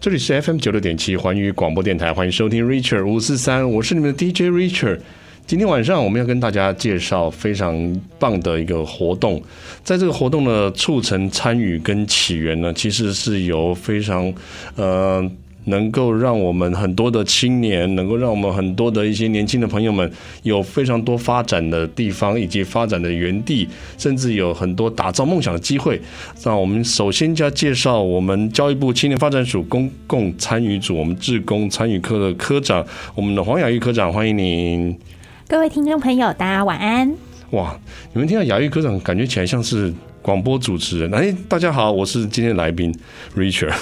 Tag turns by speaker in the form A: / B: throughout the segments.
A: 这里是 FM 九六点七环宇广播电台，欢迎收听 Richard 五四三，我是你们的 DJ Richard。今天晚上我们要跟大家介绍非常棒的一个活动，在这个活动的促成、参与跟起源呢，其实是由非常呃。能够让我们很多的青年，能够让我们很多的一些年轻的朋友们有非常多发展的地方以及发展的园地，甚至有很多打造梦想的机会。那我们首先就要介绍我们教育部青年发展署公共参与组，我们志工参与科的科长，我们的黄雅玉科长，欢迎您。
B: 各位听众朋友，大家晚安。
A: 哇，你们听到雅玉科长，感觉起来像是广播主持人。哎，大家好，我是今天的来宾 Richard。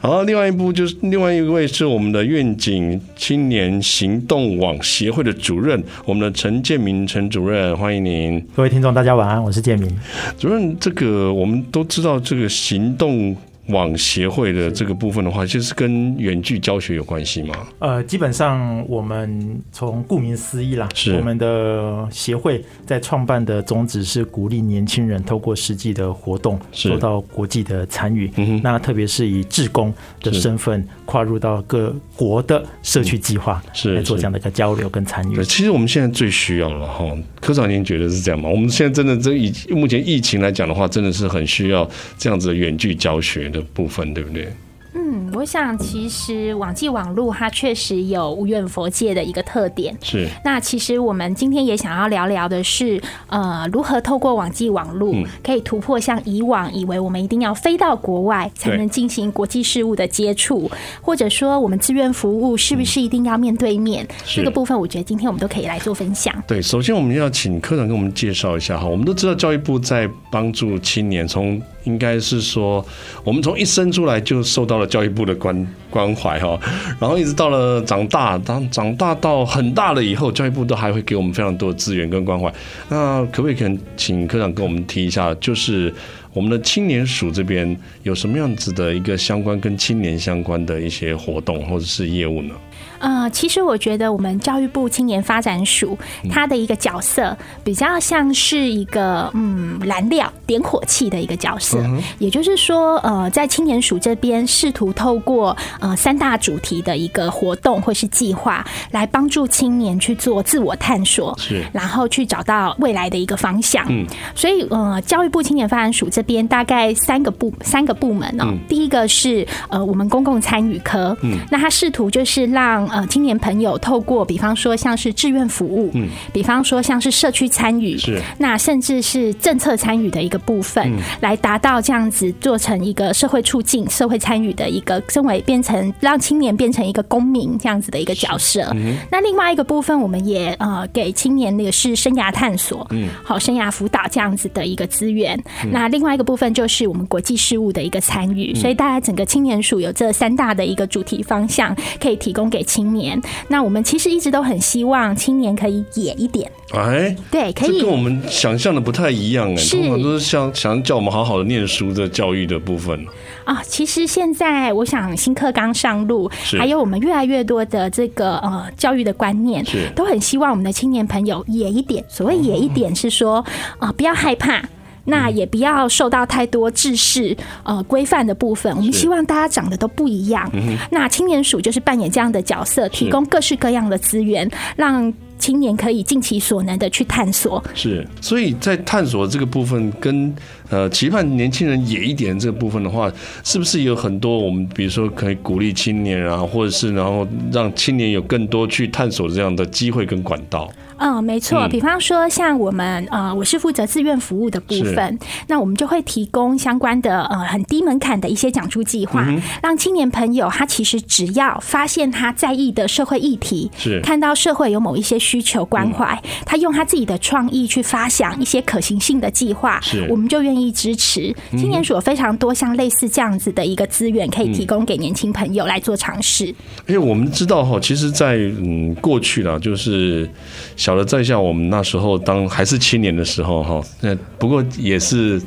A: 好，另外一部就是另外一位是我们的愿景青年行动网协会的主任，我们的陈建明陈主任，欢迎您。
C: 各位听众，大家晚安，我是建明。
A: 主任，这个我们都知道，这个行动网协会的这个部分的话，就是跟远距教学有关系吗？
C: 呃，基本上我们从顾名思义啦，
A: 是
C: 我们的协会在创办的宗旨是鼓励年轻人透过实际的活动，
A: 是
C: 受到国际的参与。
A: 嗯哼
C: 那特别是以志工的
A: 是
C: 身份跨入到各国的社区计划，
A: 是
C: 来做
A: 是
C: 这样的一个交流跟参与
A: 对，。其实我们现在最需要了哈。科长，您觉得是这样吗？我们现在真的这以目前疫情来讲的话，真的是很需要这样子的远距教学的部分，对不对？
B: 嗯，我想其实网际网络它确实有无远佛界的一个特点。
A: 是
B: 那其实我们今天也想要聊聊的是，呃，如何透过网际网络
A: 嗯
B: 可以突破像以往以为我们一定要飞到国外才
A: 对
B: 能进行国际事务的接触，或者说我们志愿服务是不是一定要面对面？
A: 嗯是
B: 这个部分，我觉得今天我们都可以来做分享。
A: 对，首先我们要请科长给我们介绍一下哈。我们都知道教育部在帮助青年，从应该是说我们从一生出来就受到了教育部的关关怀哈， 然后一直到了长大，当长大到很大了以后，教育部都还会给我们非常多的资源跟关怀。那可不可以请请科长跟我们提一下，就是我们的青年署这边有什么样子的一个相关跟青年相关的一些活动或者是业务呢？
B: 呃，其实我觉得我们教育部青年发展署它的一个角色比较像是一个嗯燃料点火器的一个角色，也就是说，呃，在青年署这边试图透过呃三大主题的一个活动或是计划，来帮助青年去做自我探索，
A: 是
B: 然后去找到未来的一个方向。
A: 嗯，
B: 所以呃，教育部青年发展署这边大概三个部三个部门哦。
A: 嗯
B: 第一个是呃我们公共参与科，
A: 嗯
B: 那他试图就是让呃青年朋友透过比方说像是志愿服务，
A: 嗯，
B: 比方说像是社区参与，
A: 是
B: 那甚至是政策参与的一个部分，来达到这样子做成一个社会促进、社会参与的一个，身为变成让青年变成一个公民这样子的一个角色。那另外一个部分，我们也呃给青年那个是生涯探索，嗯，好生涯辅导这样子的一个资源。那另外一个部分就是我们国际事务的一个参与，所以大概整个青年署有这三大的一个主题方向可以提供给青年。那我们其实一直都很希望青年可以野一点，
A: 哎。
B: 对，可
A: 这
B: 以
A: 跟我们想象的不太一样哎，
B: 是
A: 通常都是想想叫我们好好的念书的教育的部分。
B: 啊、其实现在我想新课纲上路
A: 是，
B: 还有我们越来越多的这个呃教育的观念
A: 是，
B: 都很希望我们的青年朋友野一点。所谓野一点是说，啊，不要害怕。
A: 嗯
B: 那也不要受到太多制式呃规范的部分，我们
A: 是嗯
B: 希望大家长得都不一样。那青年署就是扮演这样的角色，提供各式各样的资源，让青年可以尽其所能的去探索。
A: 是，所以在探索这个部分跟呃期盼年轻人野一点这个部分的话，是不是有很多我们比如说可以鼓励青年啊，或者是然后让青年有更多去探索这样的机会跟管道？
B: 嗯，没错。
A: 嗯
B: 比方说，像我们呃，我是负责志愿服务的部分，那我们就会提供相关的呃很低门槛的一些讲述计划，
A: 嗯
B: 让青年朋友他其实只要发现他在意的社会议题，
A: 是嗯
B: 看到社会有某一些需求关怀，他用他自己的创意去发想一些可行性的计划
A: 是，嗯
B: 我们就愿意支持。青年署有非常多像类似这样子的一个资源，可以提供给年轻朋友来做尝试。
A: 因哎为我们知道哈，其实在，嗯过去啦，就是小的在下，我们那时候当还是青年的时候哈，那不过也是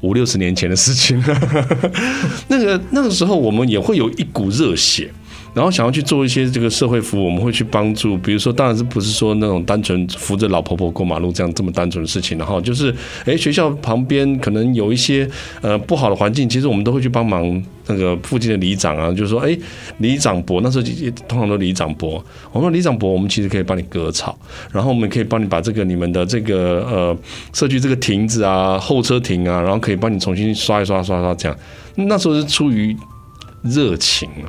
A: 五六十年前的事情了。那个那个时候，我们也会有一股热血。然后想要去做一些这个社会服务，我们会去帮助，比如说，当然是不是说那种单纯扶着老婆婆过马路这样这么单纯的事情，然后就是，诶，学校旁边可能有一些呃不好的环境，其实我们都会去帮忙那个附近的里长啊，就是说，诶，里长伯那时候也通常都里长伯，我们说里长伯，我们其实可以帮你割草，然后我们可以帮你把这个你们的这个呃社区这个亭子啊、候车亭啊，然后可以帮你重新刷一刷、刷一刷这样。那时候是出于热情啊，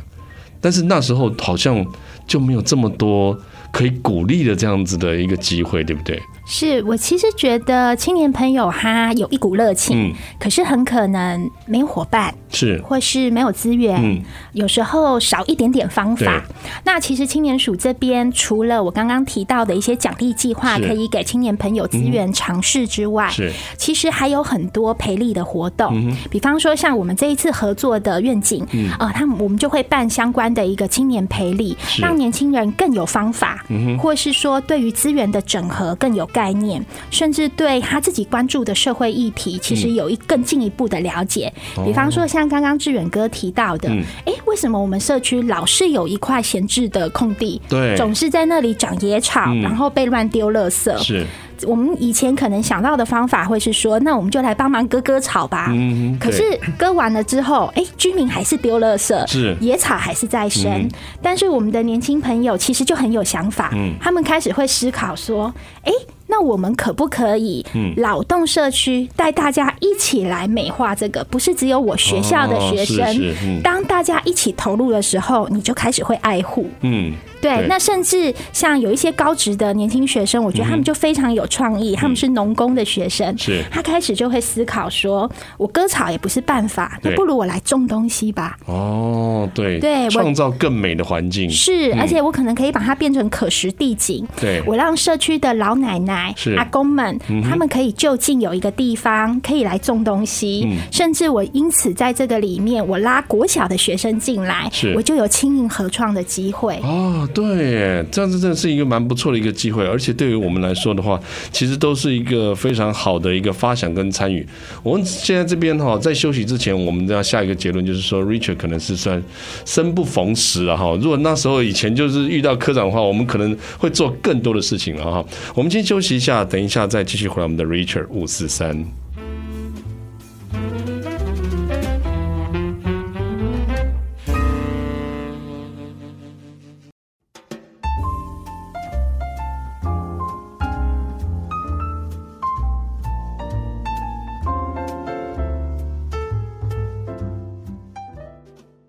A: 但是那时候好像就没有这么多可以鼓励的这样子的一个机会，对不对？
B: 是我其实觉得青年朋友他有一股热情，
A: 嗯
B: 可是很可能没有伙伴，
A: 是，
B: 或是没有资源，
A: 嗯
B: 有时候少一点点方法。那其实青年署这边除了我刚刚提到的一些奖励计划
A: 是嗯
B: 可以给青年朋友资源尝试之外，
A: 是，
B: 其实还有很多培力的活
A: 嗯
B: 动，比方说像我们这一次合作的愿景，呃，他们我们就会办相关的一个青年培力，
A: 是嗯
B: 让年轻人更有方法，或是说对于资源的整合更有概念，甚至对他自己关注的社会议
A: 嗯
B: 题，其实有一更进一步的了解。
A: 哦
B: 比方说像刚刚志远哥提到的，
A: 嗯
B: 诶，为什么我们社区老是有一块闲置的空地，
A: 对嗯
B: 总是在那里长野草，然后被乱丢垃圾，
A: 是，
B: 我们以前可能想到的方法会是说，那我们就来帮忙割割草吧。
A: 嗯哼
B: 可是割完了之后，哎、居民还是丢垃圾，
A: 是嗯
B: 野草还是在生。但是我们的年轻朋友其实就很有想法，
A: 嗯
B: 他们开始会思考说，哎、那我们可不可以
A: 嗯
B: 劳动社区带大家一起来美化这个？不是只有我学校的学生。
A: 哦是是嗯
B: 当大家一起投入的时候，你就开始会爱护。
A: 嗯，
B: 对
A: 对，嗯
B: 那甚至像有一些高职的年轻学生，我觉得他们就非常有创意，他们是农工的学生，
A: 是
B: 他开始就会思考说，我割草也不是办法，
A: 对
B: 那不如我来种东西吧。
A: 哦，对，
B: 对我
A: 创造更美的环境，
B: 是，而且我可能可以把它变成可食地景。
A: 嗯对
B: 我让社区的老奶奶
A: 是、嗯
B: 阿公们，他们可以就近有一个地方可以来种东西，
A: 嗯
B: 甚至我因此在这个里面，我拉国小的学生进来
A: 是，
B: 我就有轻盈合创的机会。
A: 哦，对耶，这样子真的是一个蛮不错的一个机会，而且对于我们来说的话，其实都是一个非常好的一个发想跟参与。我们现在这边哈、在休息之前，我们要下一个结论就是说，Richard 可能是算生不逢时了哈。如果那时候以前就是遇到科长的话，我们可能会做更多的事情了哈。我们先休息一下，等一下再继续回来我们的 Richard 五四三。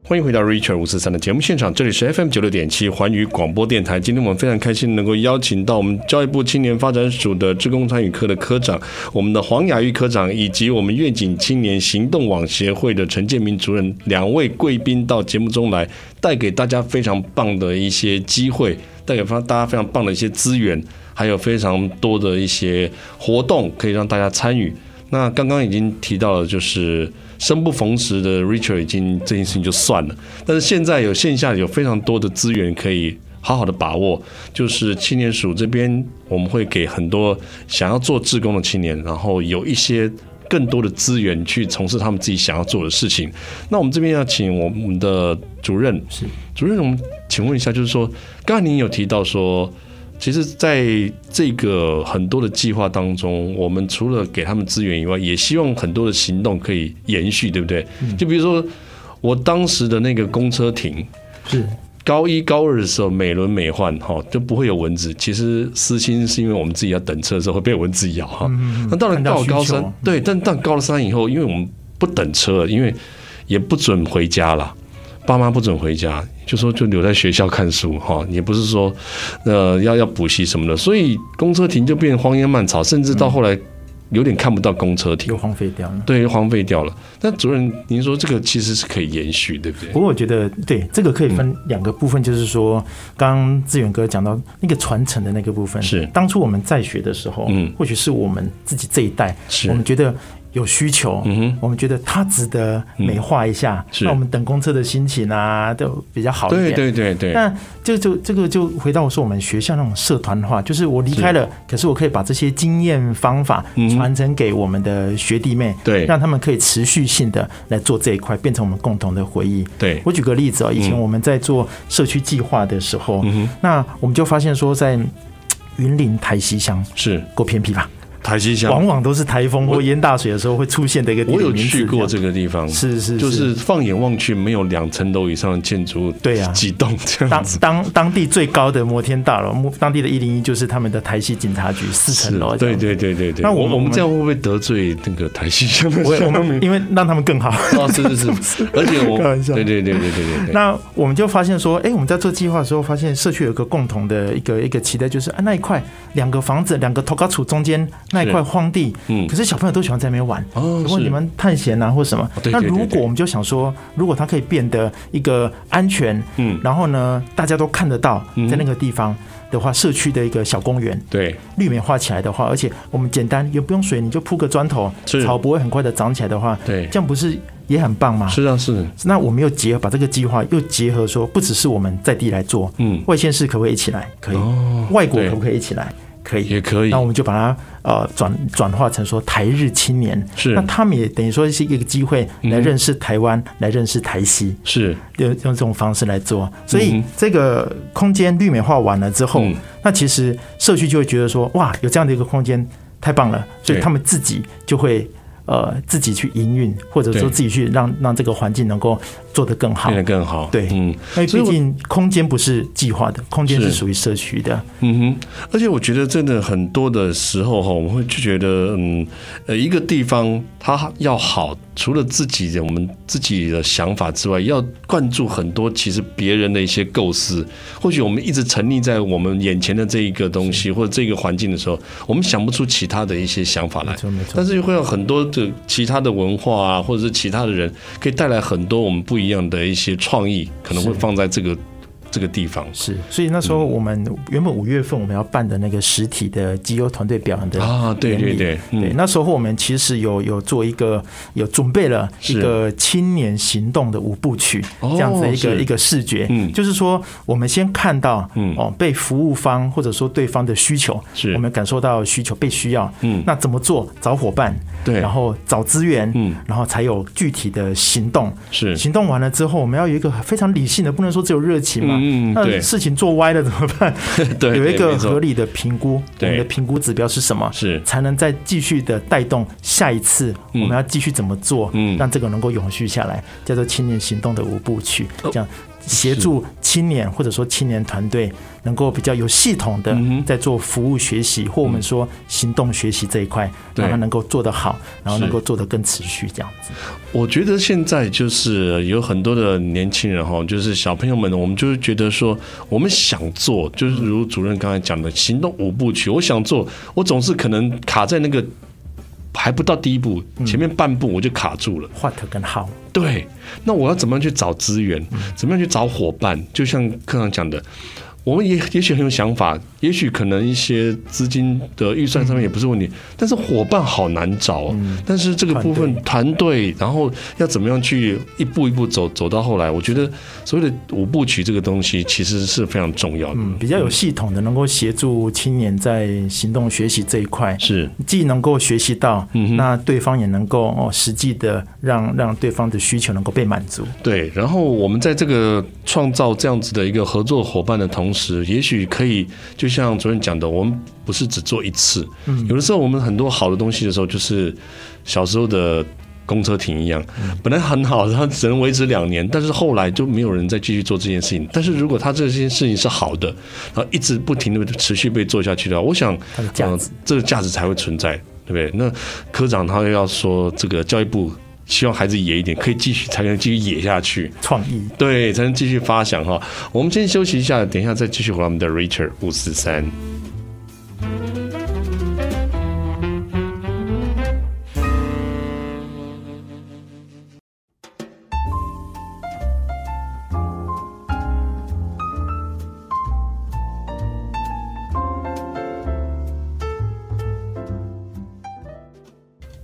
A: 欢迎回到 Richard 五四三的节目现场，这里是 FM 九六点七环宇广播电台。今天我们非常开心能够邀请到我们教育部青年发展署的职工参与科的科长，我们的黄雅玉科长，以及我们愿景青年行动网协会的陈建明主任两位贵宾到节目中来，带给大家非常棒的一些机会，带给大家非常棒的一些资源，还有非常多的一些活动可以让大家参与。那刚刚已经提到了，就是生不逢时的 Richard 已经这件事情就算了，但是现在有线下有非常多的资源可以好好的把握，就是青年署这边我们会给很多想要做志工的青年，然后有一些。更多的资源去从事他们自己想要做的事情。那我们这边要请我们的主任，
C: 是
A: 主任，我们请问一下，就是说，刚才您有提到说，其实在这个很多的计划当中，我们除了给他们资源以外，也希望很多的行动可以延续，对不对？就比如说我当时的那个公车亭，
C: 是
A: 高一高二的时候美轮美奂哈、就不会有蚊子。其实私心是因为我们自己要等车的时候会被蚊子咬哈。那到了
C: 嗯看
A: 到
C: 到
A: 了
C: 需求
A: 高三，对，但但高了三以后，因为我们不等车了，因为也不准回家了。爸妈不准回家，就说就留在学校看书哈，也不是说，呃，要要补习什么的，所以公车亭就变荒烟蔓草，甚至到后来有点看不到公车亭
C: 又，荒废掉了。
A: 对，荒废掉了。那主任，您说这个其实是可以延续，对不对嗯
C: 不？过我觉得对这个可以分两个部分，就是说，刚刚志远哥讲到那个传承的那个部分，
A: 是
C: 当初我们在学的时候，
A: 嗯
C: 或许是我们自己这一代，
A: 是嗯
C: 我们觉得有需求，我们觉得它值得美化一下，
A: 是
C: 那我们等公车的心情啊都比较好一
A: 对
C: 点。
A: 对对对，
C: 那这就这个就回到我说我们学校那种社团化，就是我离开了，可是我可以把这些经验方法
A: 嗯
C: 传承给我们的学弟妹，
A: 对
C: 让他们可以持续性的来做这一块，变成我们共同的回忆。
A: 对
C: 我举个例子啊，以前
A: 嗯
C: 我们在做社区计划的时候，
A: 嗯哼，
C: 那我们就发现说，在云林台西乡
A: 是
C: 够偏僻吧，
A: 台西乡
C: 往，往都是台风或淹大水的时候会出现的一个地
A: 我
C: 理
A: 有
C: 名
A: 去
C: 字
A: 过这
C: 这样，
A: 个地方，
C: 是是
A: 就是放眼望去，没有两层楼以上的建筑，
C: 对啊
A: 几栋这样
C: 当
A: 子，
C: 当当地最高的摩天大楼，摩当地的一零一就是他们的台西警察局四层楼。
A: 对。对对对对。
C: 那我
A: 我
C: 们
A: 们这样会不会得罪那个台西乡的
C: 我我
A: 乡
C: 们
A: 民？
C: 因为让他们更好，
A: 哦，是是是， 而且我
C: 开玩笑
A: 对对对对对对对，
C: 那我们就发现说，哎、我们在做计划的时候，发现社区有一个共同的一个一个期待，就是啊那一块两个房子两个头高处中间那一块荒地，
A: 嗯
C: 可，是小朋友都喜欢在那边玩，
A: 哦
C: 如果
A: 是
C: 你们探险啊或什么
A: 哦，对
C: 那
A: 对对
C: 如
A: 对
C: 果我们就想说，如果它可以变得一个安全，
A: 嗯
C: 然后呢大家都看得到
A: 嗯，
C: 在那个地方的话，社区的一个小公园。
A: 对
C: 绿美化起来的话，而且我们简单也不用水，你就铺个砖头
A: 是，
C: 草不会很快的长起来的话，
A: 对
C: 这样不是也很棒吗？
A: 是啊是
C: 那我们又结合把这个计划又结合说，不只是我们在地来做，
A: 嗯
C: 外县市可不可以一起来？可以。
A: 哦
C: 外国
A: 对
C: 可不可以一起来？可以。
A: 也可以
C: 那我们就把它呃转转化成说台日青年，
A: 是
C: 那他们也等于说是一个机会
A: 嗯
C: 来认识台湾，来认识台西，
A: 是
C: 用用这种方式来做。所
A: 嗯
C: 以
A: 哼
C: 这个空间绿美化完了之后，
A: 嗯
C: 那其实社区就会觉得说，哇，有这样的一个空间太棒了，所以
A: 对
C: 他们自己就会。呃，自己去营运，或者
A: 对
C: 说自己去让让这个环境能够做得更好
A: 变。得更好，
C: 对
A: 嗯
C: 因为
A: 所以
C: 毕
A: 我
C: 竟空间不是计划的，空间是
A: 是
C: 属于社区的。
A: 嗯哼，而且我觉得真的很多的时候哈，我们会就觉得，嗯，呃，一个地方它要好，除了自己的我们自己的想法之外，要灌注很多其实别人的一些构思。或许我们一直沉溺在我们眼前的这一个东西或者这个环境的时候，我们想不出其他的一些想法来
C: 没。错，没错。
A: 但是又会有很多的其他的文化啊，或者是其他的人，可以带来很多我们不一样的一些创意，可能会
C: 是
A: 放在这个这个地方。
C: 是，所以那时候我们原本五月份我们要办的那个实体的绩优团队表演的
A: 啊，对
C: 原
A: 对
C: 理
A: 对，嗯
C: 对，那时候我们其实有有做一个有准备了一
A: 是
C: 个青年行动的五部曲、
A: 哦
C: 这样子的一个
A: 是
C: 一个视觉，
A: 嗯
C: 就是说我们先看到，
A: 嗯
C: 哦，被服务方或者说对方的需求，
A: 是
C: 我们感受到需求被需要，
A: 嗯
C: 那怎么做？找伙伴，
A: 对
C: 然后找资源，
A: 嗯
C: 然后才有具体的行动。
A: 是
C: 行动完了之后，我们要有一个非常理性的，不能说只有热情嘛，
A: 嗯嗯嗯对
C: 那事情做歪了怎么办？
A: 对，
C: 有一
A: 对
C: 个
A: 没错
C: 合理的评估，我
A: 对
C: 们的评估指标是什么？
A: 是
C: 才能再继续的带动下一次
A: 嗯
C: 我们要继续怎么做，
A: 嗯
C: 让这个能够永续下来，叫做青年行动的五部曲，
A: 哦
C: 这样协助青年或者说青年团队能够比较有系统的
A: 嗯哼
C: 在做服务学习或我们说行动学习这一块，
A: 嗯对
C: 让它能够做得好，然后
A: 是
C: 能够做得更持续这样子。
A: 我觉得现在就是有很多的年轻人哈，就是小朋友们，我们就是觉得说，我们想做，就是如主任刚才讲的行动五部曲，我想做，我总是可能卡在那个还不到第一步，
C: 嗯
A: 前面半步我就卡住了。
C: What 跟 How，
A: 对，那我要怎么样去找资源？怎么样去找伙伴？就像课上讲的，我们也也许很有想法，也许可能一些资金的预算上面也不是问题，但是伙伴好难找哦。但是这个部分团队，然后要怎么样去一步一步走走到后来，我觉得所谓的五部曲这个东西其实是非常重要的。
C: 嗯，比较有系统的能够协助青年在行动学习这一块，
A: 是，
C: 既能够学习到，
A: 嗯哼
C: 那对方也能够哦实际的让让对方的需求能够被满足。
A: 对，然后我们在这个创造这样子的一个合作伙伴的同时，也许可以就像主任讲的，我们不是只做一次，
C: 嗯
A: 有的时候我们很多好的东西的时候，就是小时候的。公车亭一样，
C: 嗯
A: 本来很好，它只能维持两年，但是后来就没有人再继续做这件事情。但是如果它这件事情是好的，然后一直不停的持续被做下去的话，我想
C: 它的价值
A: 呃这个价值才会存在，对不对？那科长他要说，这个教育部希望孩子野一点，可以继续才能继续野下去，
C: 创意。
A: 对，才能继续发想哈。我们先休息一下，等一下再继续回来我们的 Richard 五四三。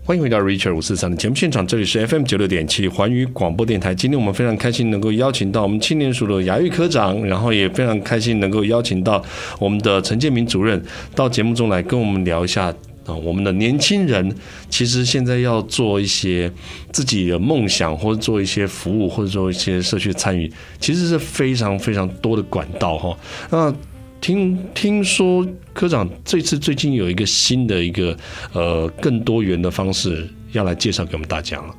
A: 欢迎回到 Richard 五四三的节目现场，这里是 FM 九六点七环宇广播电台。今天我们非常开心能够邀请到我们青年署的雅玉科长，然后也非常开心能够邀请到我们的陈建明主任到节目中来跟我们聊一下。啊、我们的年轻人其实现在要做一些自己的梦想，或者做一些服务，或者做一些社区参与，其实是非常非常多的管道哈、那听听说科长这次最近有一个新的一个呃更多元的方式要来介绍给我们大家了。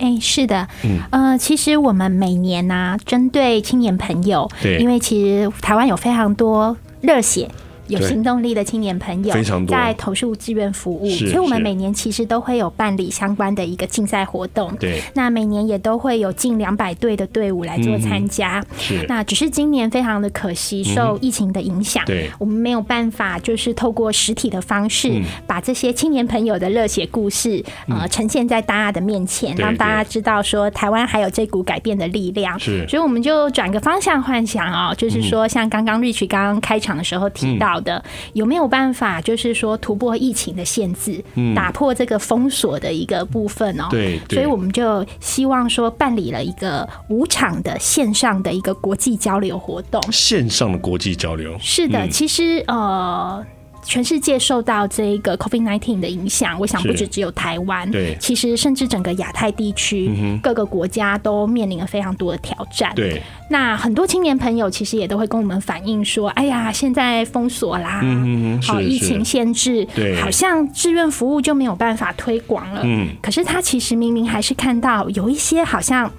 B: 哎，是的，
A: 嗯
B: 呃，其实我们每年呢、啊针对青年朋友，
A: 对
B: 因为其实台湾有非常多热血。有
A: 对
B: 行动力的青年朋友，
A: 非常多
B: 在投诉志愿服务，
A: 是
B: 所以我们
A: 是
B: 每年其实都会有办理相关的一个竞赛活动。
A: 对，
B: 那每年也都会有近两百队的队伍来做参加。
A: 嗯是，嗯
B: 那只是今年非常的可惜，受疫情的影响，
A: 对嗯
B: 我们没有办法就是透过实体的方式，把这些青年朋友的热血故事，呃，呈现在大家的面前，
A: 对
B: 让大家
A: 对
B: 知道说台湾还有这股改变的力量。
A: 是嗯
B: 所以我们就转个方向幻想哦，就是说像刚刚 Rich 刚刚开场的时候提到的，有没有办法就是说突破疫情的限制，打破这个封锁的一个部分哦？
A: 嗯对对
B: 所以我们就希望说办理了一个五场的线上的一个国际交流活动。
A: 线上的国际交流，
B: 是的，其实呃。全世界受到这个 COVID-19 的影响，我想
A: 是
B: 不止只有台湾，
A: 对嗯
B: 其实甚至整个亚太地区、各个国家都面临了非常多的挑战。
A: 对，
B: 那很多青年朋友其实也都会跟我们反映说：“哎呀，现在封锁啦，
A: 嗯嗯嗯
B: 好、
A: 是
B: 疫
A: 是
B: 情限制
A: 对，
B: 好像志愿服务就没有办法推广了。”
A: 嗯，
B: 可是他其实明明还是看到有一些好像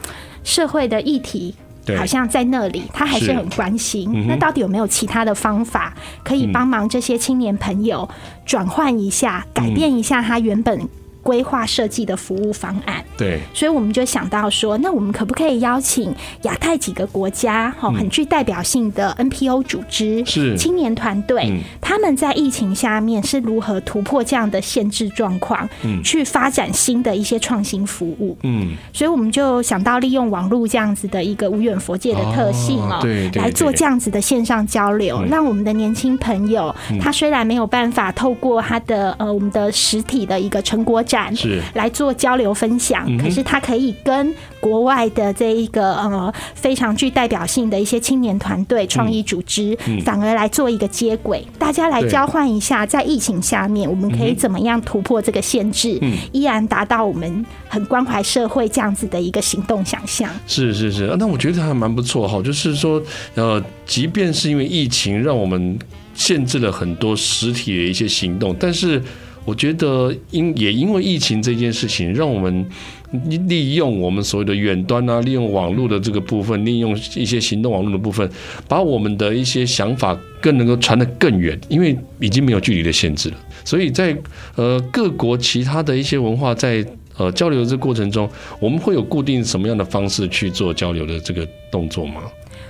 B: 社会的议题。
A: 对
B: 好像在那里，他还是
A: 是嗯
B: 很关心。那到底有没有其他的方法可以帮忙这些青年朋友转换一下、
A: 嗯
B: 改变一下他原本规划设计的服务方案？
A: 对，
B: 所以我们就想到说，那我们可不可以邀请亚太几个国家哈、哦、很具代表性的 NPO 组织、
A: 嗯是嗯
B: 青年团队，他们在疫情下面是如何突破这样的限制状况，去发展新的一些创新服务？
A: 嗯，
B: 所以我们就想到利用网络这样子的一个无远佛界的特性
A: 哦
B: 哦，
A: 对对
B: 来做
A: 对嗯
B: 这样子的线上交流，让我们的年轻朋友，他虽然没有办法透过他的呃我们的实体的一个成果展
A: 是
B: 来做交流分享，可是他可以跟国外的这一个呃非常具代表性的一些青年团队、创意组织，反而来做一个接轨，大家来
A: 对
B: 交换一下，在疫情下面我们可以怎么样突破这个限制，依然达到我们很关怀社会这样子的一个行动想象。
A: 是是是，啊那我觉得还蛮不错哈。就是说，呃，即便是因为疫情让我们限制了很多实体的一些行动，但是我觉得因也因为疫情这件事情，让我们利用我们所谓的远端啊，利用网络的这个部分，利用一些行动网络的部分，把我们的一些想法更能够传得更远，因为已经没有距离的限制了。所以在呃各国其他的一些文化在呃交流的这过程中，我们会有固定什么样的方式去做交流的这个动作吗？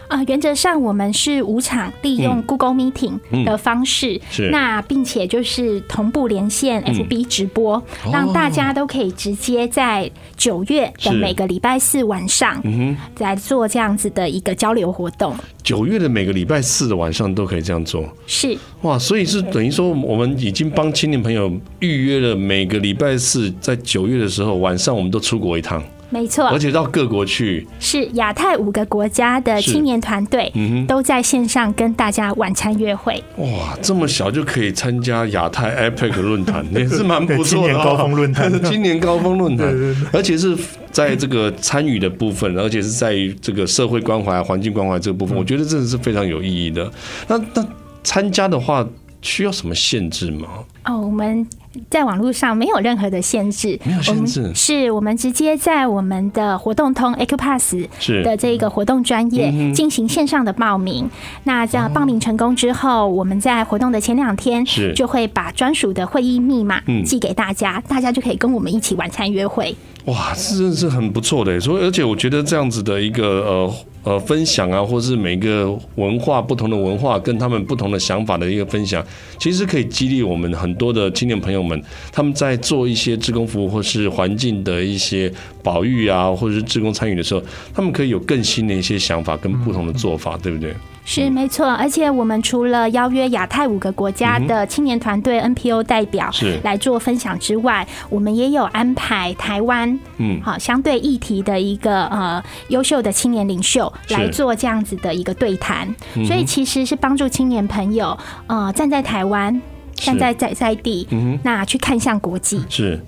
B: 啊、原则上我们是无偿利用 Google Meeting 的方式，
A: 嗯是嗯
B: 那并且就是同步连线 FB 直播，让大家都可以直接在九月的
A: 哦是
B: 每个礼拜四晚上
A: 嗯
B: 来做这样子的一个交流活动。
A: 哼，九月的每个礼拜四的晚上都可以这样做，
B: 是
A: 哇！所以是等于说，我们已经帮青年朋友预约了每个礼拜四，在九月的时候晚上，我们都出国一趟，
B: 没错
A: 而，且到各国去，
B: 是亚太五个国家的
A: 是嗯
B: 青年团队都在线上跟大家晚餐约会。
A: 哇！这么小就可以参加亚太 APEC 论 坛，也是蛮不错的、哦。
C: 对青年高峰 论坛
A: 青年高峰论坛
C: 对对，
A: 而且是在这个参与的部分，而且是在于这个社会关怀、环境关怀这个部
C: 嗯
A: 分，我觉得真的是非常有意义的。那那参加的话，需要什么限制吗？
B: 哦，我们在网络上没有任何的限制，
A: 没有限制
B: 我们是我们直接在我们的活动通 AQPass
A: 是嗯
B: 的这个活动专业进行线上的报名。那这
A: 哦
B: 样报名成功之后，我们在活动的前两天
A: 是嗯
B: 就会把专属的会议密码寄给大家，大家就可以跟我们一起晚餐约会。
A: 哇，是真的是很不错的耶，所以而且我觉得这样子的一个呃呃分享啊，或是每个文化不同的文化跟他们不同的想法的一个分享，其实可以激励我们很多的青年朋友们，他们在做一些志工服务或是环境的一些保育啊，或者是志工参与的时候，他们可以有更新的一些想法跟不同的做
C: 嗯
A: 法，对不对？
B: 是没错，而且我们除了邀约亚太五个国家的青年团队 NPO 代表
A: 嗯是
B: 来做分享之外，我们也有安排台湾
A: 嗯，
B: 好相对议题的一个呃优秀的青年领袖
A: 是嗯
B: 来做这样子的一个对谈，所以其实是帮助青年朋友呃站在台湾。
A: 是嗯
B: 站在在在地，
A: 哼
B: 那去看向国际，
A: 是。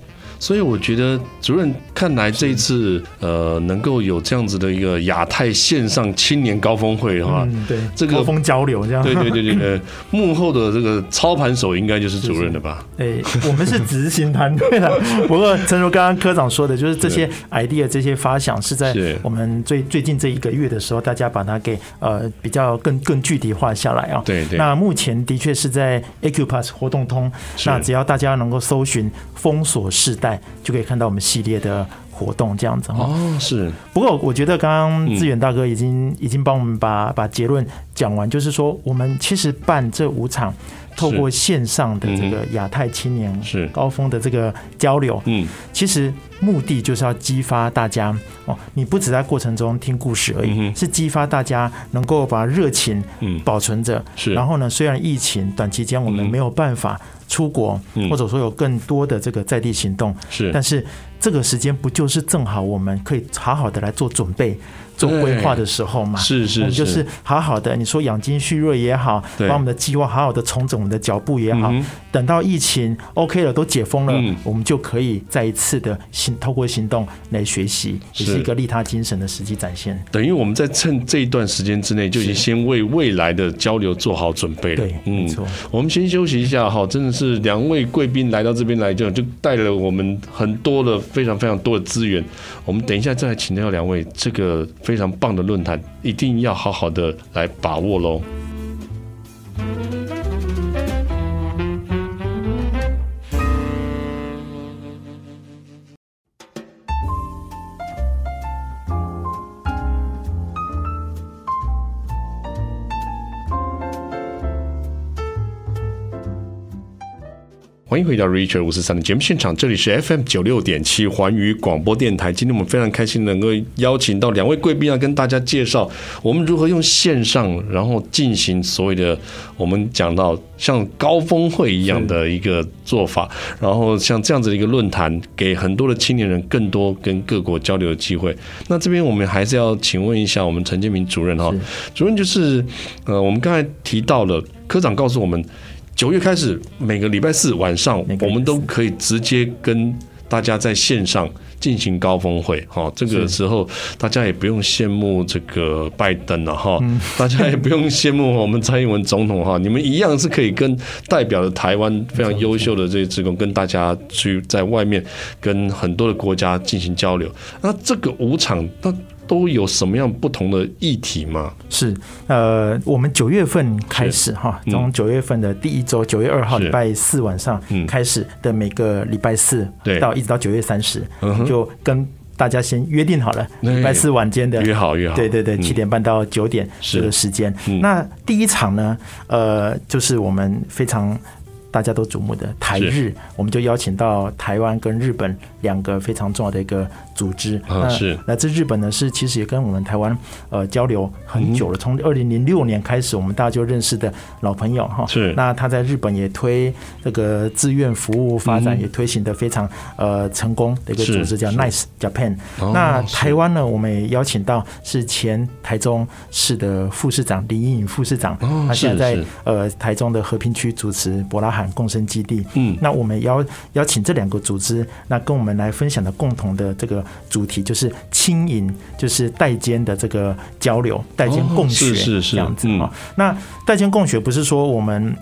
A: 所以我觉得主任看来这一次呃能够有这样子的一个亚太线上青年高峰会的话，
C: 嗯，对，
A: 这个
C: 高峰交流这 样。
A: 对对对对对，幕后的这个操盘手应该就是主任了吧？
C: 哎、我们是执行团 队了。不过，正如刚刚科长说的，就是这些 idea、这些发想是在
A: 是
C: 我们最最近这一个月的时候，大家把它给呃比较更更具体化下来啊。
A: 对对
C: 那目前的确是在 AQPass 活动通，
A: 是
C: 那只要大家能够搜寻“封锁世代”，就可以看到我们系列的活动这样子哈。
A: 哦，是
C: 不过我觉得
A: 嗯
C: 刚刚志远大哥已经、已经帮我们把把结论讲完，就是说我们其实办这五场，透过线上的这个亚太青年
A: 嗯是
C: 高峰的这个交流，
A: 嗯，
C: 其实目的就是要激发大家哦，你不只在过程中听故事而已，
A: 嗯哼
C: 是激发大家能够把热情
A: 嗯
C: 保存着。
A: 是
C: 然后呢，虽然疫情短期间我们
A: 嗯
C: 没有办法出国，
A: 嗯
C: 或者说有更多的这个在地行动，
A: 是
C: 但是这个时间不就是正好我们可以好好的来做准备、做规划的时候嘛？
A: 是
C: 我
A: 是
C: 们就是好好的，你说养精蓄锐也好，
A: 对
C: 把我们的计划好好的重整我们的脚步也好，
A: 嗯哼
C: 等到疫情 OK 了，都解封了，
A: 嗯
C: 我们就可以再一次的行，透过行动来学习，也
A: 是
C: 是一个利他精神的实际展现。
A: 等于我们在趁这一段时间之内，就已经先为未来的交流做好准备了嗯
C: 对。没错
A: 我们先休息一下哈，真的是两位贵宾来到这边来就就带了我们很多的非常非常多的资源。我们等一下再来请教两位，这个非常棒的论坛一定要好好的来把握喽。欢迎回到 Richard 五四三的节目现场，这里是 FM 九六点七环宇广播电台。今天我们非常开心能够邀请到两位贵宾啊，跟大家介绍我们如何用线上，然后进行所谓的我们讲到像高峰会一样的一个做法，然后像这样子的一个论坛，给很多的青年人更多跟各国交流的机会。那这边我们还是要请问一下我们陈建明主任哈，主任就是呃，我们刚才提到了科长告诉我们。九月开始，每个礼拜四晚上，
C: 每个礼拜四
A: 我们都可以直接跟大家在线上进行高峰会。哈、这个时候大家也不用羡慕这个拜登了哈，
C: 嗯
A: 大家也不用羡慕我们蔡英文总统哈，你们一样是可以跟代表的台湾非常优秀的这些职工，跟大家去在外面跟很多的国家进行交流。那这个五场，那都有什么样不同的议题吗？
C: 是，呃，我们九月份开始哈，
A: 嗯
C: 从九月份的第一周，九月二号
A: 是
C: 礼拜四晚上
A: 嗯
C: 开始的每个礼拜四
A: 对
C: 到一直到九月三十
A: 嗯哼，
C: 就跟大家先约定好了，
A: 对
C: 礼拜四晚间的
A: 越好越好。
C: 对对对，
A: 嗯
C: 七点半到九点
A: 是
C: 这个时间。
A: 嗯
C: 那第一场呢，呃，就是我们非常。大家都瞩目的台日，我们就邀请到台湾跟日本两个非常重要的一个组织。
A: 啊
C: 那
A: 是
C: 来自日本呢，是其实也跟我们台湾呃交流很久了，
A: 嗯
C: 从二零零六年开始，我们大家就认识的老朋友哈。
A: 是
C: 那他在日本也推这个志愿服务发展，也推行的非常呃成功的一个组
A: 嗯是
C: 织，叫
A: 是
C: Nice Japan。
A: 哦
C: 那
A: 是
C: 台湾呢，我们也邀请到是前台中市的副市长林颖副市长，
A: 哦
C: 他现在
A: 是
C: 在
A: 是
C: 呃台中的和平区主持博拉罕共生基地。
A: 嗯
C: 那我们邀邀请这两个组织，那跟我们来分享的共同的这个主题就是轻盈，就是代间的这个交流，代间
A: 哦
C: 共学、
A: 是是是
C: 这样子啊、
A: 嗯
C: 那代间共学不是说我们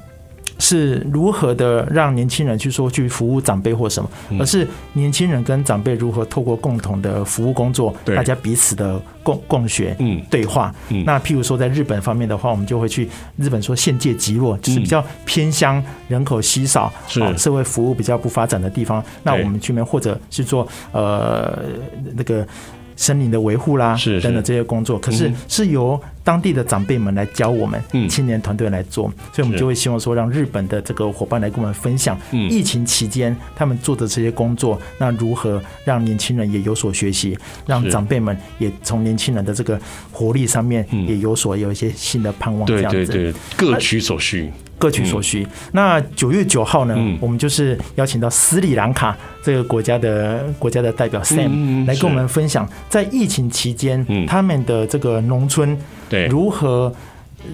C: 是如何的让年轻人去说去服务长辈或什么，
A: 嗯
C: 而是年轻人跟长辈如何透过共同的服务工作，
A: 对
C: 大家彼此的共共学。
A: 嗯
C: 对话，
A: 嗯
C: 那譬如说在日本方面的话，我们就会去日本说县界极弱，就是
A: 嗯
C: 比较偏乡、人口稀少、
A: 是
C: 哦社会服务比较不发展的地方，那
A: 对
C: 我们去面或者是做呃那个森林的维护啦，
A: 是是
C: 等等这些工作，可是
A: 嗯哼
C: 是由当地的长辈们来教我们
A: 嗯
C: 青年团队来做，所以我们
A: 是
C: 就会希望说让日本的这个伙伴来跟我们分享
A: 嗯
C: 疫情期间他们做的这些工作，那如何让年轻人也有所学习，让
A: 是
C: 长辈们也从年轻人的这个活力上面
A: 嗯
C: 也有所有一些新的盼望，这
A: 对
C: 样
A: 对
C: 子。
A: 对，各取所需。
C: 各取所需。那九月九号呢，
A: 嗯
C: 我们就是邀请到斯里兰卡这个国家的国家的代表 Sam、
A: 嗯嗯
C: 来跟我
A: 是
C: 们分享，在疫情期间、
A: 嗯
C: 他们的这个农村
A: 对，
C: 如何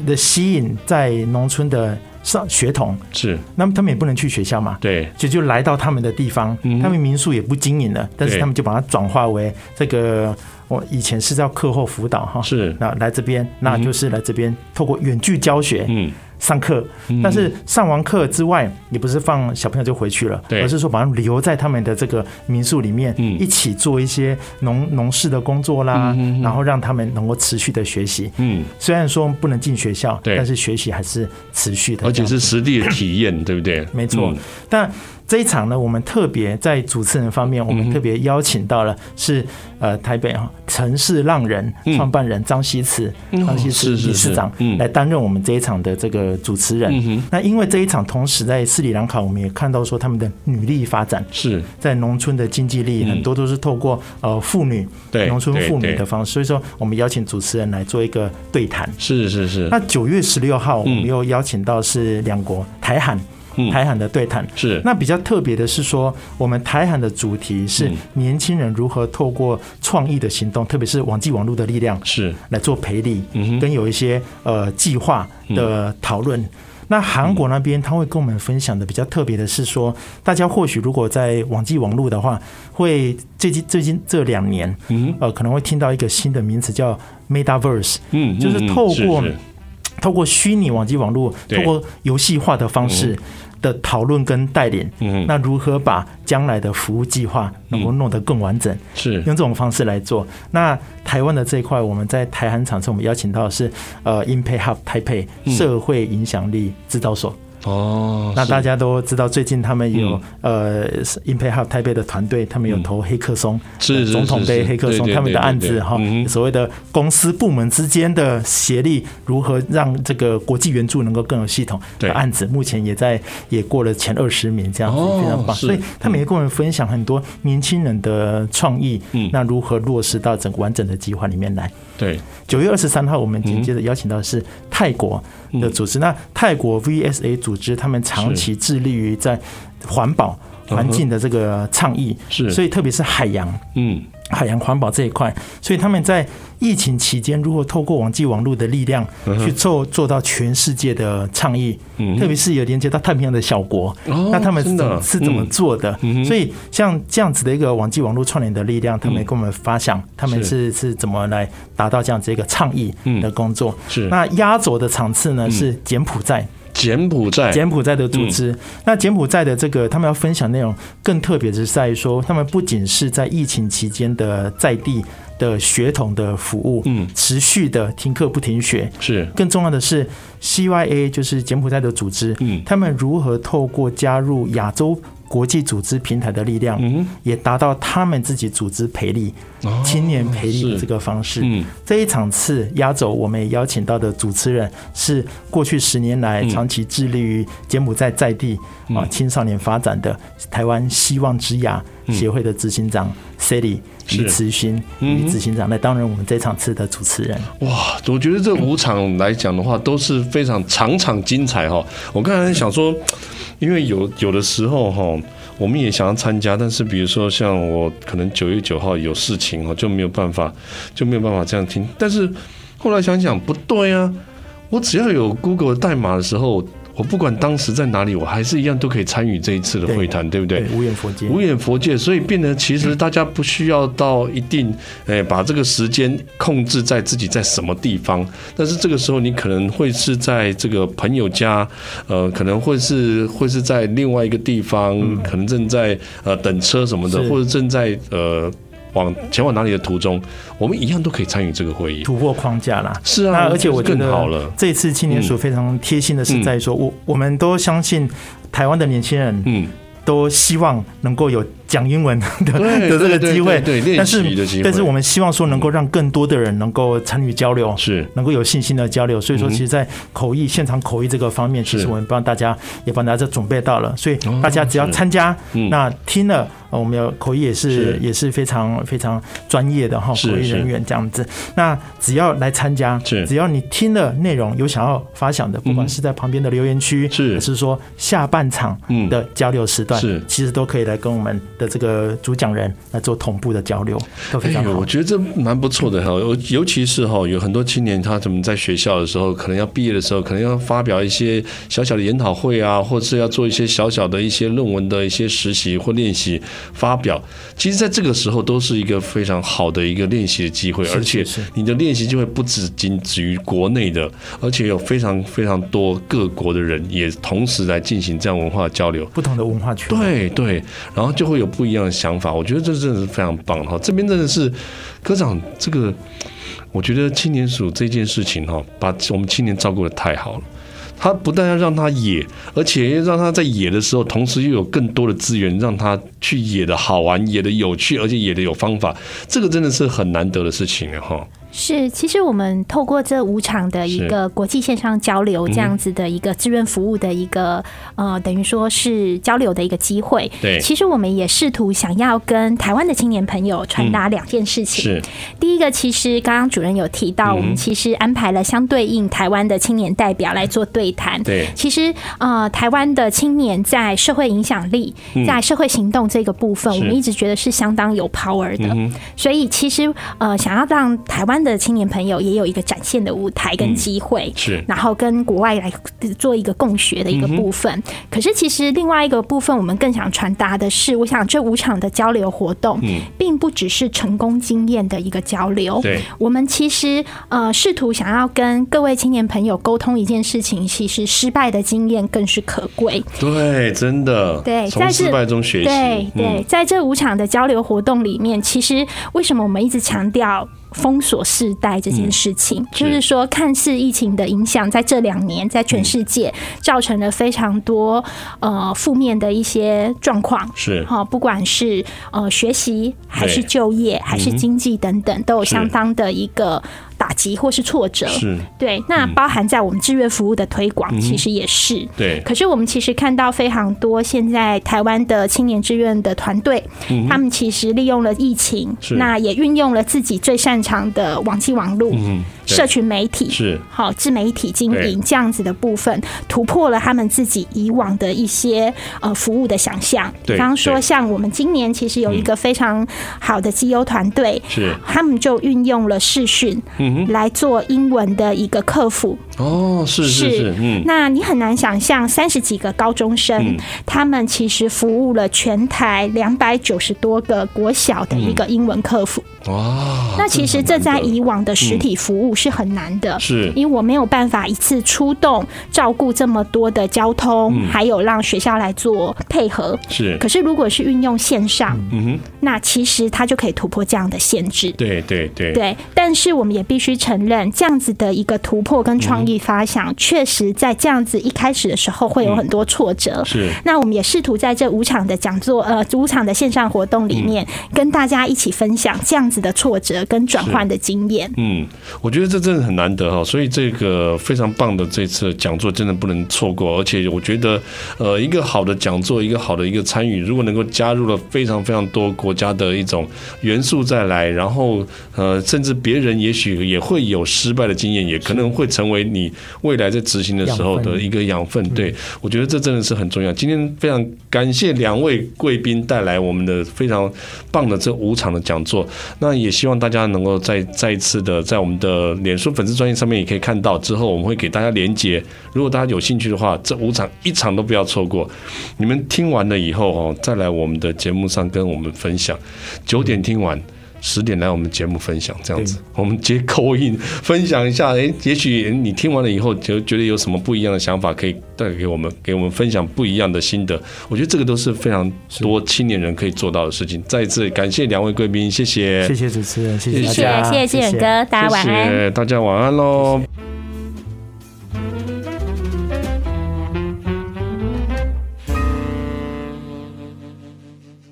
C: 的吸引在农村的上学童，
A: 是，
C: 那么他们也不能去学校嘛。
A: 对，
C: 就就来到他们的地方，
A: 嗯
C: 他们民宿也不经营了，但是
A: 对
C: 他们就把它转化为这个，我以前是叫课后辅导哈，
A: 是，
C: 那来这边，那就是来这边透过远距教学，
A: 嗯，
C: 上课，但是上完课之外，也不是放小朋友就回去了，
A: 对
C: 而是说把他们留在他们的这个民宿里面，
A: 嗯
C: 一起做一些农农事的工作啦，
A: 嗯嗯嗯
C: 然后让他们能够持续的学习。
A: 嗯，
C: 虽然说不能进学校，
A: 对
C: 但是学习还是持续的，
A: 而且是实地的体验，对不对？
C: 没错。
A: 嗯
C: 但这一场呢，我们特别在主持人方面，我
A: 嗯
C: 们
A: 哼
C: 特别邀请到了是呃台北哈城市浪人
A: 嗯
C: 创办人张希慈，
A: 嗯
C: 张希慈
A: 是是
C: 理事长
A: 是嗯
C: 来担任我们这一场的这个主持人。
A: 嗯哼
C: 那因为这一场，同时在斯里兰卡，我们也看到说他们的女力发展，
A: 是，
C: 在农村的经济力
A: 嗯
C: 很多都是透过呃妇女
A: 对，
C: 农村
A: 对
C: 妇女
A: 对
C: 的方式，所以说我们邀请主持人来做一个对谈。
A: 是是是，
C: 那九月十六号，我
A: 嗯
C: 们又邀请到是两国台韩
A: 嗯，
C: 台韩的对谈。
A: 是
C: 那比较特别的是说，我们台韩的主题是
A: 嗯
C: 年轻人如何透过创意的行动，特别是网际网络的力量
A: 是，
C: 来做培力，
A: 嗯哼嗯
C: 跟有一些呃计划的讨论。那韩国那边他会跟我们分享的比较特别的是说，大家或许如果在网际网络的话，会最近最近这两年，
A: 嗯
C: 呃，可能会听到一个新的名词叫 Metaverse，
A: 嗯，
C: 就是
A: 嗯嗯
C: 透
A: 是
C: 过
A: 是
C: 透过虚拟网际网络，
A: 对
C: 透过游戏化的方式的讨论跟带领，
A: 嗯
C: 那如何把将来的服务计划能够弄得更完整，
A: 是
C: 用这种方式来做？那台湾的这一块，我们在台韩场次，我们邀请到的是呃 Impact Hub 台北
A: 嗯
C: 社会影响力制造所。
A: 哦，
C: 那
A: 是
C: 大家都知道，最近他们有、呃是 Impact Hub 台北的团队，他们有
A: 嗯
C: 投黑客松，呃
A: 是是是
C: 总统杯
A: 是
C: 黑客
A: 对
C: 松
A: 对
C: 他们的案
A: 对
C: 子
A: 对
C: 哈
A: 嗯，哼
C: 所谓的公司部门之间的协力，如何让这个国际援助能够更有系统
A: 对
C: 的案子，目前也在也过了前二十名，这样子
A: 哦
C: 非常棒。
A: 是
C: 所以他们也跟我们分享很多年轻人的创意
A: 嗯，
C: 那如何落实到整个完整的计划里面来。
A: 对，
C: 九月二十三号，我们紧
A: 嗯
C: 接着邀请到的是泰国的组织。那泰国 VSA 组织，他们长期致力于在环保、
A: 嗯哼
C: 环境的这个倡议，
A: 是
C: 所以特别是海洋。
A: 嗯
C: 海洋环保这一块，所以他们在疫情期间如何透过网际网络的力量去做做到全世界的倡议，
A: 嗯
C: 特别是有连接到太平洋的小国，
A: 哦
C: 那他们是
A: 真
C: 怎
A: 的
C: 么是怎么
A: 嗯
C: 做的？
A: 嗯哼
C: 所以像这样子的一个网际网络串联的力量，他们也跟我们发想，他们
A: 是
C: 是是怎么来达到这样子一个倡议的工作。
A: 嗯是嗯
C: 那压轴的场次呢是柬埔寨，
A: 柬埔寨
C: 柬埔寨的组织。那柬埔寨的这个他们要分享内容更特别的是在于说，他们不仅是在疫情期间的在地的血统的服务，
A: 嗯
C: 持续的停课不停学。
A: 是
C: 更重要的是，CYA 就是柬埔寨的组织，
A: 嗯
C: 他们如何透过加入亚洲国际组织平台的力量，
A: 嗯
C: 也达到他们自己组织培力、
A: 哦
C: 青年培力的
A: 是
C: 这个方式。
A: 嗯
C: 这一场次压轴，我们也邀请到的主持人是过去十年来
A: 嗯
C: 长期致力于柬埔寨在地啊、
A: 嗯
C: 青少年发展的台湾希望之雅协会的执行长 Sally
A: 是
C: 于慈勋
A: 嗯哼
C: 于执行长来担任我们这场次的主持人。
A: 哇，我觉得这五场来讲的话，都是非常场场精彩哈、我刚才想说，因为有有的时候哈、我们也想要参加，但是比如说像我可能九月九号有事情哦，就没有办法，就没有办法这样听。但是后来想想不对啊，我只要有 Google 代码的时候，我不管当时在哪里，我还是一样都可以参与这一次的会谈，对不对？
C: 无远佛界，
A: 无眼佛界，所以变得其实大家不需要到一定，诶、把这个时间控制在自己在什么地方。但是这个时候，你可能会是在这个朋友家，呃，可能会是会是在另外一个地方，可能正在呃等车什么的，
C: 嗯是
A: 或者正在呃往前往哪里的途中，我们一样都可以参与这个会议。
C: 突破框架啦。
A: 是啊，
C: 那而且我觉
A: 更好了
C: 得，这次青年署非常贴心的
A: 嗯
C: 是在于说，我我们都相信台湾的年轻人
A: 嗯，
C: 都希望能够有讲英文的
A: 对
C: 的这个
A: 对对
C: 机会
A: 对对练，
C: 但
A: 习的机
C: 是
A: 会
C: 但是我们希望说能够让更多的人能够参与交流，
A: 是
C: 能够有信心的交流。所以说，其实，在口译现场口译这个方面，其
A: 嗯是哦
C: 实我们帮大家也帮大家准备到了，所以大家只要
A: 是
C: 参加
A: 嗯，
C: 那听了。呃我们有口译也是
A: 是
C: 也是非常非常专业的哈，
A: 是
C: 口译
A: 是
C: 人员这样子。那只要来参加，
A: 是
C: 只要你听了内容有想要发想的，不
A: 嗯
C: 管是在旁边的留言区，
A: 是
C: 还是说下半场
A: 嗯
C: 的交流时段，
A: 是
C: 其实都可以来跟我们的这个主讲人来做同步的交流，都非常
A: 哎呦，
C: 好
A: 我。觉得这蛮不错的哈，尤尤其是哈，有很多青年他怎么在学校的时候，可能要毕业的时候，可能要发表一些小小的研讨会啊，或是要做一些小小的一些论文的一些实习或练习发表。其实，在这个时候都是一个非常好的一个练习的机会，而且
C: 是
A: 你的练习机会不只仅止于国内的，而且有非常非常多各国的人也同时来进行这样文化交流。
C: 不同的文化圈，
A: 对对，然后就会有不一样的想法。我觉得这真的是非常棒哈，这边真的是科长这个，我觉得青年署这件事情哈，把我们青年照顾的太好了。他不但要让他野，而且让他在野的时候，同时又有更多的资源让他去野的好玩、野的有趣，而且野的有方法。这个真的是很难得的事情了啊哈。
B: 是，其实我们透过这五场的一个国际线上交流这样子的一个志愿服务的一个、呃，等于说是交流的一个机会。
A: 对
B: 其实我们也试图想要跟台湾的青年朋友传达两件事情。
A: 是
B: 第一个，其实刚刚主任有提到，我
A: 嗯
B: 们其实安排了相对应台湾的青年代表来做对谈。
A: 对
B: 其实呃，台湾的青年在社会影响力、在社会行动这个部
A: 嗯
B: 分，
A: 是嗯
B: 我们一直觉得是相当有 power 的。所以其实呃，想要让台湾的青年朋友也有一个展现的舞台跟机会。
A: 嗯是，
B: 然后跟国外来做一个共学的一个部分。可是其实另外一个部分，我们更想传达的是，我想这五场的交流活动，并不只是成功经验的一个交流。
A: 对
B: 我们其实呃试图想要跟各位青年朋友沟通一件事情，其实失败的经验更是可贵。
A: 对，真的，
B: 对
A: 从
B: 在这
A: 失败中学习，
B: 对对，
A: 嗯
B: 在这五场的交流活动里面，其实为什么我们一直强调？封锁世代这件事情，
A: 嗯
B: 就是说，看似疫情的影响，在这两年在全世界造成了非常多呃负面的一些状况，
A: 是
B: 哈、不管是呃学习还是
A: 对嗯
B: 就业还是经济等等，都有相当的一个打击或是挫折。
A: 是，
B: 对，那包含在我们志愿服务的推广，其实也是。
A: 嗯对，
B: 可是我们其实看到非常多现在台湾的青年志愿的团队，他们其实利用了疫情
A: 嗯是，
B: 那也运用了自己最擅长的网际网络、
A: 嗯，对
B: 社群媒体。
A: 是
B: 好，自媒体经
A: 对
B: 营这样子的部分，突破了他们自己以往的一些呃服务的想象。
A: 对
B: 比方说，
A: 对
B: 像我们今年其实有一个非常好的绩优团队，
A: 是，
B: 他们就运用了视讯
A: 嗯哼，
B: 来做英文的一个客服，
A: 哦，是是
B: 是
A: 是，嗯，
B: 那你很难想象，三十几个高中生，
A: 嗯
B: 他们其实服务了全台两百九十多个国小的一个英文客服。
A: 哇，
B: 那其实
A: 啊真
B: 这
A: 的很
B: 在
A: 难得嗯
B: 以往的实体服务是很难的。
A: 是
B: 因为我没有办法一次出动照顾这么多的交通，
A: 嗯
B: 还有让学校来做配合。
A: 是，
B: 可是如果是运用线上，
A: 嗯哼，
B: 那其实它就可以突破这样的限制。
A: 对对对，
B: 对，但是我们也必须承认，这样子的一个突破跟创意发
A: 嗯
B: 想，确实在这样子一开始的时候会有很多挫折。
A: 是
B: 那我们也试图在这五场的讲座，呃，五场的线上活动里面，跟大家一起分享这样子的挫折跟转换的经验。
A: 嗯，我觉得这真的很难得哈，所以这个非常棒的这次讲座真的不能错过，而且我觉得，呃，一个好的讲座，一个好的一个参与，如果能够加入了非常非常多国家的一种元素再来，然后呃，甚至别人也许也会有失败的经验，也可能会成为你未来在执行的时候
C: 养分嗯
A: 的一个养分。对，我觉得这真的是很重要。今天非常感谢两位贵宾带来我们的非常棒的这五场的讲座，那也希望大家能够再再一次的在我们的脸书粉丝专页上面也可以看到，之后我们会给大家连接，如果大家有兴趣的话，这五场一场都不要错过。你们听完了以后哦，再来我们的节目上跟我们分享，九点听完。十点来我们节目分享这样子，我们接口音分享一下，诶，也许你听完了以后就觉得有什么不一样的想法，可以带给我们，给我们分享不一样的心得。我觉得这个都是非常多青年人可以做到的事情。再一次感谢两位贵宾，谢谢，
C: 谢谢主持人，谢
A: 谢
C: 谢
A: 谢
B: 谢
C: 大家，
B: 谢谢志远哥，大家晚安。
A: 谢谢大家晚安喽，